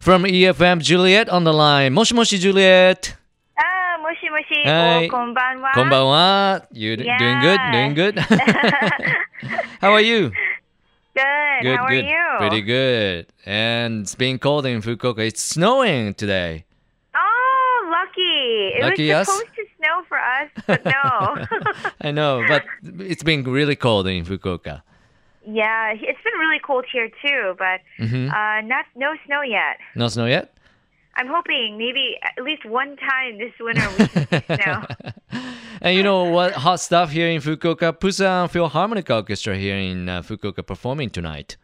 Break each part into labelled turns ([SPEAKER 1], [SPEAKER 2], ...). [SPEAKER 1] from EFM Juliet on the line. もしもし Juliet.
[SPEAKER 2] ああ、もしもし、
[SPEAKER 1] はい
[SPEAKER 2] おこんばんは。
[SPEAKER 1] こん ばんは。You
[SPEAKER 2] Yeah.
[SPEAKER 1] doing good? Doing good? How are you?
[SPEAKER 2] Good. How are
[SPEAKER 1] good.
[SPEAKER 2] you?
[SPEAKER 1] Pretty good. And it's being cold in Fukuoka. It's snowing today.
[SPEAKER 2] Oh, lucky. It
[SPEAKER 1] Lucky us?
[SPEAKER 2] was supposed to snow for us, but no.
[SPEAKER 1] I know, but it's been really cold in Fukuoka.
[SPEAKER 2] yeah, it's been really cold here too, but
[SPEAKER 1] hmm
[SPEAKER 2] uh, not no snow yet.
[SPEAKER 1] No snow yet?
[SPEAKER 2] I'm hoping maybe at least one time this winter we can see snow.
[SPEAKER 1] and you know what hot stuff here in Fukuoka? Busan Philharmonic Orchestra here in uh, Fukuoka performing tonight.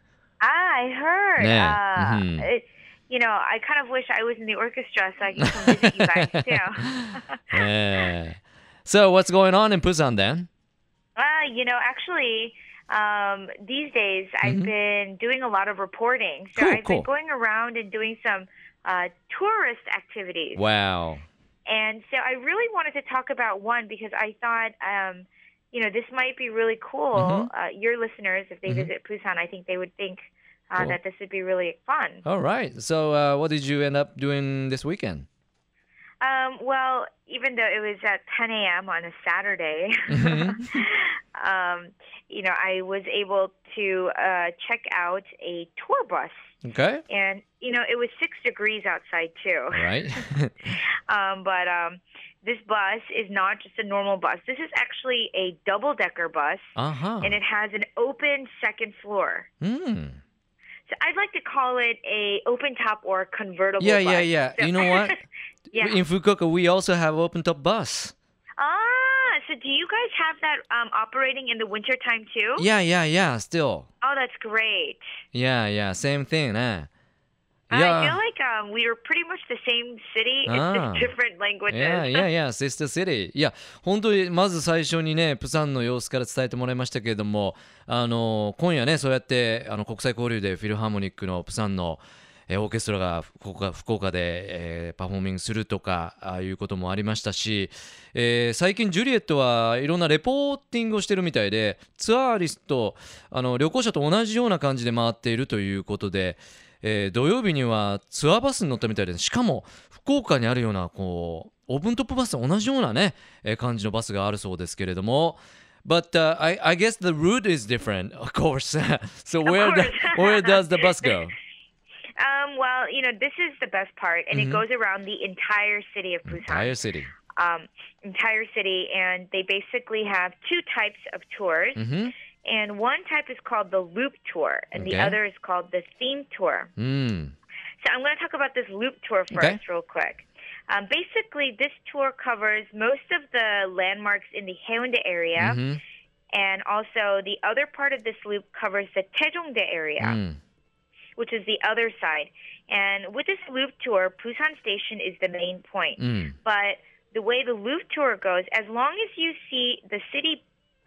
[SPEAKER 2] Ah, I heard.
[SPEAKER 1] Yeah,
[SPEAKER 2] Uh,
[SPEAKER 1] mhm.
[SPEAKER 2] it- you know, I kind of wish I was in the orchestra so I could come visit you guys too.
[SPEAKER 1] Yeah. So what's going on in Busan then?
[SPEAKER 2] Uh, you know, actually, um, these days I've been doing a lot of reporting. So
[SPEAKER 1] Mm-hmm. Cool,
[SPEAKER 2] I've
[SPEAKER 1] cool.
[SPEAKER 2] been going around and doing some uh, tourist activities.
[SPEAKER 1] Wow.
[SPEAKER 2] And so I really wanted to talk about one because I thought, um, you know, this might be really cool.
[SPEAKER 1] Mm-hmm.
[SPEAKER 2] Uh, your listeners, if they visit Busan, I think they would think uh,
[SPEAKER 1] Cool.
[SPEAKER 2] that this would be really fun.
[SPEAKER 1] All right. So uh, what did you end up doing this weekend?
[SPEAKER 2] Um, well, even though it was at 10 a.m. on a Saturday,
[SPEAKER 1] Mm-hmm.
[SPEAKER 2] um, you know, I was able to uh, check out a tour bus.
[SPEAKER 1] Okay.
[SPEAKER 2] And, you know, it was six degrees outside, too.
[SPEAKER 1] All right.
[SPEAKER 2] Um, but um, this bus is not just a normal bus. This is actually a double decker bus,
[SPEAKER 1] uh-huh.
[SPEAKER 2] and it has an open second floor.
[SPEAKER 1] Mm.
[SPEAKER 2] So I'd like to call it a open top or convertible
[SPEAKER 1] Yeah,
[SPEAKER 2] bus.
[SPEAKER 1] yeah, yeah.
[SPEAKER 2] So-
[SPEAKER 1] You know what?
[SPEAKER 2] Yeah.
[SPEAKER 1] In Fukuoka, we also have open top bus.
[SPEAKER 2] Ah, so do you guys have that um, operating in the wintertime too?
[SPEAKER 1] Yeah, yeah, yeah. Still.
[SPEAKER 2] Oh, that's great.
[SPEAKER 1] Yeah, yeah. Same thing. Eh?
[SPEAKER 2] I feel
[SPEAKER 1] Yeah.
[SPEAKER 2] like um, we were pretty much the same city.
[SPEAKER 1] Ah.
[SPEAKER 2] It's just different languages.
[SPEAKER 1] いやい やいや、シスターシティ。いや、本当にまず最初にね、プサンの様子から伝えてもらいましたけれども、あの今夜ね、そうやってあの国際交流でフィルハーモニックのプサンのえーオーケストラが福岡福岡で、えーパフォーミングするとかああいうこともありましたし、えー最近ジュリエットはいろんなレポーティングをしてるみたいでツアーリストあの旅行者と同じような感じで回っているということで、えー土曜日にはツアーバスに乗ったみたいでしかも福岡にあるようなこうオープントップバスと同じようなね、えー感じのバスがあるそうですけれども。But uh, I, I guess the route is different, of course. so where
[SPEAKER 2] course.
[SPEAKER 1] do- where does the bus go?
[SPEAKER 2] Um, well, you know, this is the best part, and
[SPEAKER 1] Mhm.
[SPEAKER 2] it goes around the entire city of Busan.
[SPEAKER 1] Entire city.
[SPEAKER 2] Um, entire city, and they basically have two types of tours.
[SPEAKER 1] Mm-hmm.
[SPEAKER 2] And one type is called the loop tour, and
[SPEAKER 1] Okay.
[SPEAKER 2] the other is called the theme tour.
[SPEAKER 1] Mm.
[SPEAKER 2] So I'm going to talk about this loop tour first,
[SPEAKER 1] Okay.
[SPEAKER 2] real quick. Um, basically, this tour covers most of the landmarks in the Haeundae area,
[SPEAKER 1] Mhm.
[SPEAKER 2] and also the other part of this loop covers the Taejongdae area,
[SPEAKER 1] Mm.
[SPEAKER 2] which is the other side. And with this loop tour, Busan Station is the main point.
[SPEAKER 1] Mm.
[SPEAKER 2] But the way the loop tour goes, as long as you see the city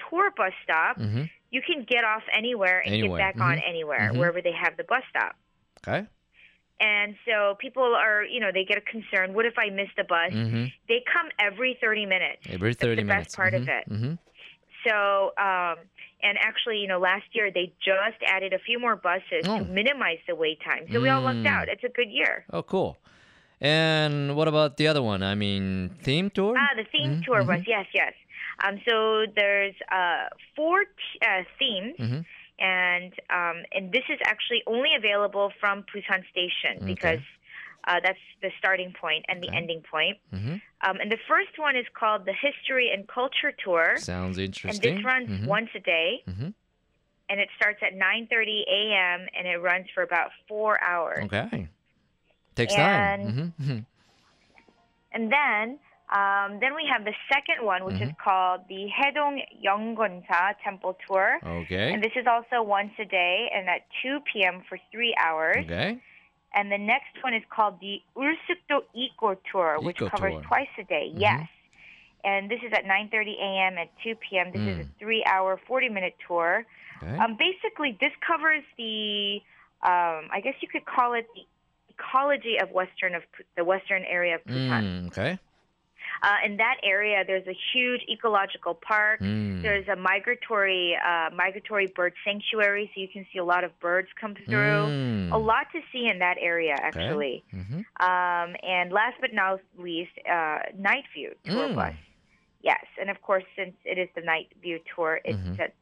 [SPEAKER 2] tour bus stop,
[SPEAKER 1] Mhm.
[SPEAKER 2] you can get off anywhere and
[SPEAKER 1] Anywhere.
[SPEAKER 2] get back on anywhere,
[SPEAKER 1] Mhm.
[SPEAKER 2] wherever they have the bus stop.
[SPEAKER 1] Okay.
[SPEAKER 2] And so people are, you know, they get concerned. What if I miss the bus?
[SPEAKER 1] Mhm.
[SPEAKER 2] They come every 30 minutes.
[SPEAKER 1] Every
[SPEAKER 2] the
[SPEAKER 1] thirty minutes.
[SPEAKER 2] best part of
[SPEAKER 1] Mhm.
[SPEAKER 2] it.
[SPEAKER 1] Mhm.
[SPEAKER 2] So, um, and actually, you know, last year they just added a few more buses
[SPEAKER 1] Oh.
[SPEAKER 2] to minimize the wait time. So we all lucked
[SPEAKER 1] Mm.
[SPEAKER 2] out. It's a good year.
[SPEAKER 1] Oh, cool. And what about the other one? I mean, theme tour.
[SPEAKER 2] Ah, the theme
[SPEAKER 1] Mhm,
[SPEAKER 2] tour
[SPEAKER 1] mhm.
[SPEAKER 2] bus. Yes, yes. Um, so there's uh, four t- uh, themes.
[SPEAKER 1] Mhm.
[SPEAKER 2] And um, and this is actually only available from Busan Station because uh, that's the starting point and the
[SPEAKER 1] Okay.
[SPEAKER 2] ending point.
[SPEAKER 1] Mhm.
[SPEAKER 2] Um, and the first one is called the History and Culture Tour,
[SPEAKER 1] Sounds
[SPEAKER 2] and
[SPEAKER 1] interesting.
[SPEAKER 2] this runs
[SPEAKER 1] Mhm.
[SPEAKER 2] once a day,
[SPEAKER 1] Mhm.
[SPEAKER 2] and it starts at 9:30 a.m. and it runs for about four hours.
[SPEAKER 1] Okay. Takes time. Mhm.
[SPEAKER 2] And then, um, then we have the second one, which
[SPEAKER 1] Mm-hmm.
[SPEAKER 2] is called the Haedong Yeonggeonsa Temple Tour, and
[SPEAKER 1] okay.
[SPEAKER 2] this is also once a day and at 2 p.m. for three hours.
[SPEAKER 1] Okay.
[SPEAKER 2] And the next one is called the Ursukdo Eco Tour, which
[SPEAKER 1] Eco
[SPEAKER 2] covers
[SPEAKER 1] Tour. Mm-hmm.
[SPEAKER 2] twice a day. Yes. And this is at 9:30 a.m. and 2 p.m. This is a three-hour, 40-minute tour.
[SPEAKER 1] Mm. Okay.
[SPEAKER 2] Um, basically, this covers the, um, I guess you could call it the ecology of western of P- the western area of Busan.
[SPEAKER 1] Mm, okay.
[SPEAKER 2] Uh, in that area, there's a huge ecological park.
[SPEAKER 1] うん
[SPEAKER 2] There's a migratory uh, migratory bird sanctuary, so you can see a lot of birds come
[SPEAKER 1] う
[SPEAKER 2] through.
[SPEAKER 1] ん
[SPEAKER 2] A lot to see in that area, actually.
[SPEAKER 1] うん
[SPEAKER 2] Um, and last but not least, uh, night view tour
[SPEAKER 1] Mm.
[SPEAKER 2] bus. Yes, and of course, since it is the night view tour, it's
[SPEAKER 1] Mhm.
[SPEAKER 2] at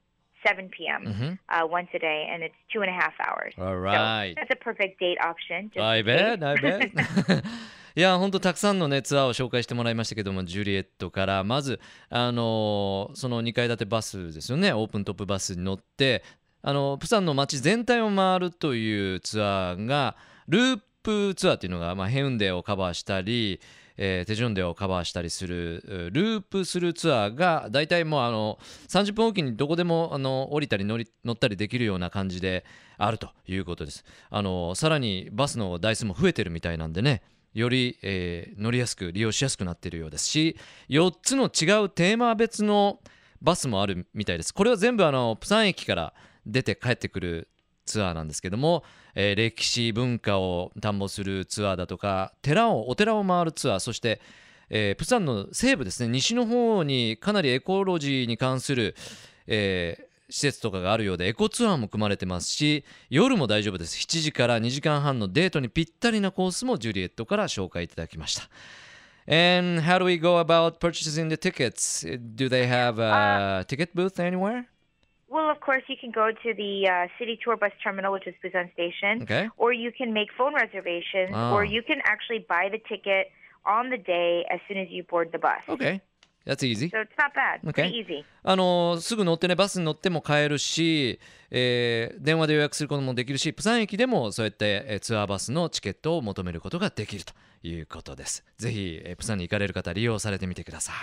[SPEAKER 2] 7 p.m.
[SPEAKER 1] うん
[SPEAKER 2] Uh, once a day, and it's two and a half hours. So
[SPEAKER 1] Alright
[SPEAKER 2] that's a perfect date option. just
[SPEAKER 1] I
[SPEAKER 2] in case.
[SPEAKER 1] bet, I bet. いや本当たくさんの、ね、ツアーを紹介してもらいましたけどもジュリエットからまず、あのーその2階建てバスですよねオープントップバスに乗って、あのプサンの街全体を回るというツアーがループツアーっていうのが、まあ、ヘウンデをカバーしたり、えーテジョンデをカバーしたりするえーループするツアーが大体もうあの30分おきにどこでもあの降りたり乗り乗ったりできるような感じであるということです。あのさらにバスの台数も増えてるみたいなんでねより、えー乗りやすく利用しやすくなっているようですし4つの違うテーマ別のバスもあるみたいですこれは全部あのプサン駅から出て帰ってくるツアーなんですけども、えー歴史文化を探訪するツアーだとか寺をお寺を回るツアーそして、えープサンの西部ですね西の方にかなりエコロジーに関する、えー施設とかがあるようでエコツアーも組まれてますし夜も大丈夫です7時から2時間半のデートにぴったりなコースもジュリエットから紹介いただきました And how do we go about purchasing the tickets? Do they have a ticket booth anywhere?
[SPEAKER 2] Well, of course, you can go to the uh, city tour bus terminal, which is Busan Station,
[SPEAKER 1] Okay.
[SPEAKER 2] or you can make phone reservations,
[SPEAKER 1] Ah.
[SPEAKER 2] or you can actually buy the ticket on the day as soon as you board the bus.
[SPEAKER 1] Okay. That's easy.
[SPEAKER 2] So it's not bad.
[SPEAKER 1] Okay.
[SPEAKER 2] Pretty easy.
[SPEAKER 1] あのすぐ乗ってねバスに乗っても買えるし、えー電話で予約することもできるし釜山駅でもそうやって、えーツアーバスのチケットを求めることができるということですぜひ、えー、釜山に行かれる方利用されてみてくださ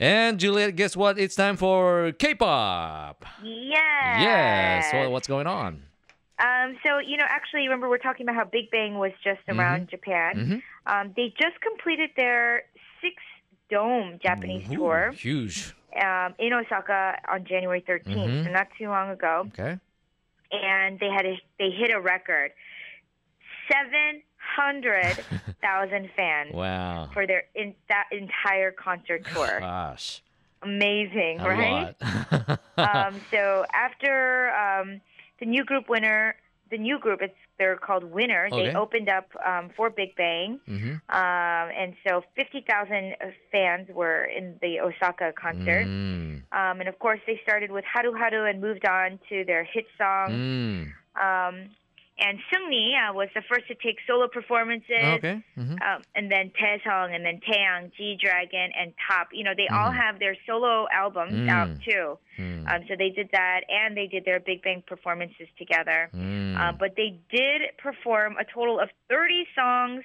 [SPEAKER 1] い And Juliet, guess what? It's time for K-pop.
[SPEAKER 2] Yeah.
[SPEAKER 1] Yes. Well, what's going on?
[SPEAKER 2] Um, so, you know, actually, remember we're talking about how Big Bang was just
[SPEAKER 1] Mm-hmm.
[SPEAKER 2] around Japan.
[SPEAKER 1] Mhm.
[SPEAKER 2] Um, they just completed their six dome Japanese
[SPEAKER 1] Ooh,
[SPEAKER 2] tour
[SPEAKER 1] Huge.
[SPEAKER 2] um, in Osaka on January 13th,
[SPEAKER 1] Mhm.
[SPEAKER 2] so not too long ago.
[SPEAKER 1] Okay.
[SPEAKER 2] and they had a, they hit a record 700,000 fans
[SPEAKER 1] Wow.
[SPEAKER 2] for their in, that entire concert tour.
[SPEAKER 1] Gosh.
[SPEAKER 2] Amazing,
[SPEAKER 1] A
[SPEAKER 2] right?
[SPEAKER 1] lot.
[SPEAKER 2] um, so after um, the new group winner, the new group it's they're called Winner.
[SPEAKER 1] Okay.
[SPEAKER 2] They opened up um, for Big Bang,
[SPEAKER 1] Mhm.
[SPEAKER 2] um, and so 50,000 fans were in the Osaka concert.
[SPEAKER 1] Mm.
[SPEAKER 2] Um, and of course, they started with Haru Haru and moved on to their hit song.
[SPEAKER 1] Mm.
[SPEAKER 2] Um, and Seungni uh, was the first to take solo performances.
[SPEAKER 1] Okay. Mhm.
[SPEAKER 2] Um, and then Taesung, and then Taeyang, G Dragon, and Top. You know, they all
[SPEAKER 1] Mhm.
[SPEAKER 2] have their solo albums out
[SPEAKER 1] Mm.
[SPEAKER 2] too.
[SPEAKER 1] Mm.
[SPEAKER 2] Um, so they did that, and they did their Big Bang performances together.
[SPEAKER 1] Mm.
[SPEAKER 2] Uh, but they did perform a total of 30 songs,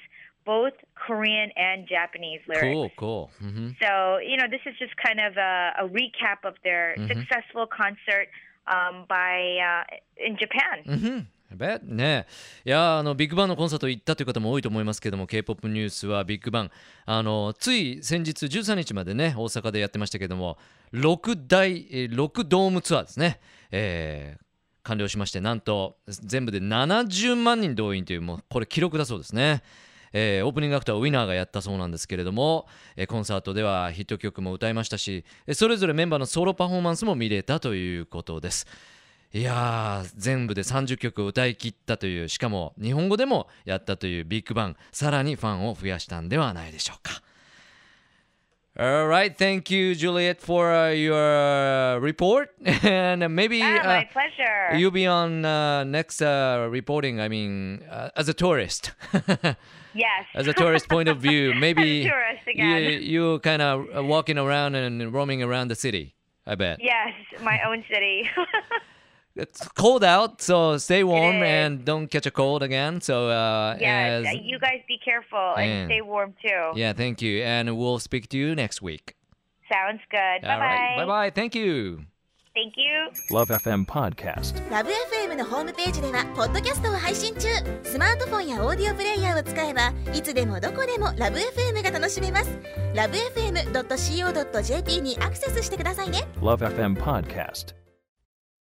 [SPEAKER 2] both Korean and Japanese lyrics.
[SPEAKER 1] Cool, cool. hmm
[SPEAKER 2] So, you know, this is just kind of a, a recap of their
[SPEAKER 1] Mhm.
[SPEAKER 2] successful concert um, by uh, in Japan.
[SPEAKER 1] うん、bet ねいやあのビッグバンのコンサート行ったという方も多いと思いますけども k p o p ニュースはビッグバンあのつい先日13日までね大阪でやってましたけども6大えー6ドームツアーですね、えー完了しましてなんと全部で70万人動員というもうこれ記録だそうですね。えーオープニングアクターをウィナーがやったそうなんですけれども、えーコンサートではヒット曲も歌いましたしえーそれぞれメンバーのソロパフォーマンスも見れたということです。いやー全部で30曲を歌い切ったというしかも日本語でもやったというビッグバンさらにファンを増やしたんではないでしょうか。Alright, thank you, Juliet, for uh, your uh, report. And maybe
[SPEAKER 2] Ah,
[SPEAKER 1] uh,
[SPEAKER 2] my pleasure.
[SPEAKER 1] you'll be on uh, next uh, reporting, I mean, uh, as a tourist.
[SPEAKER 2] yes.
[SPEAKER 1] as a tourist point of view, maybe
[SPEAKER 2] tourist
[SPEAKER 1] you,
[SPEAKER 2] again.
[SPEAKER 1] you kind of walking around and roaming around the city. I bet
[SPEAKER 2] yes, my own city.
[SPEAKER 1] it's cold out, so stay warm
[SPEAKER 2] is.
[SPEAKER 1] and don't catch a cold again. So uh,
[SPEAKER 2] yes.
[SPEAKER 1] as-
[SPEAKER 2] You guys be careful
[SPEAKER 1] Yeah.
[SPEAKER 2] and stay warm too.
[SPEAKER 1] yeah, thank you, and we'll speak to you next week.
[SPEAKER 2] Sounds good. Bye bye.
[SPEAKER 1] bye bye. Thank you.
[SPEAKER 2] Thank you.
[SPEAKER 3] Love FM Podcast.
[SPEAKER 4] ラブ f m のホームページではポッドキャストを配信中スマートフォンやオーディオプレイヤーを使えばいつでもどこでもラブ f m が楽しめますラブ FM.co.jp にアクセスしてくださいね
[SPEAKER 3] Love FM Podcast.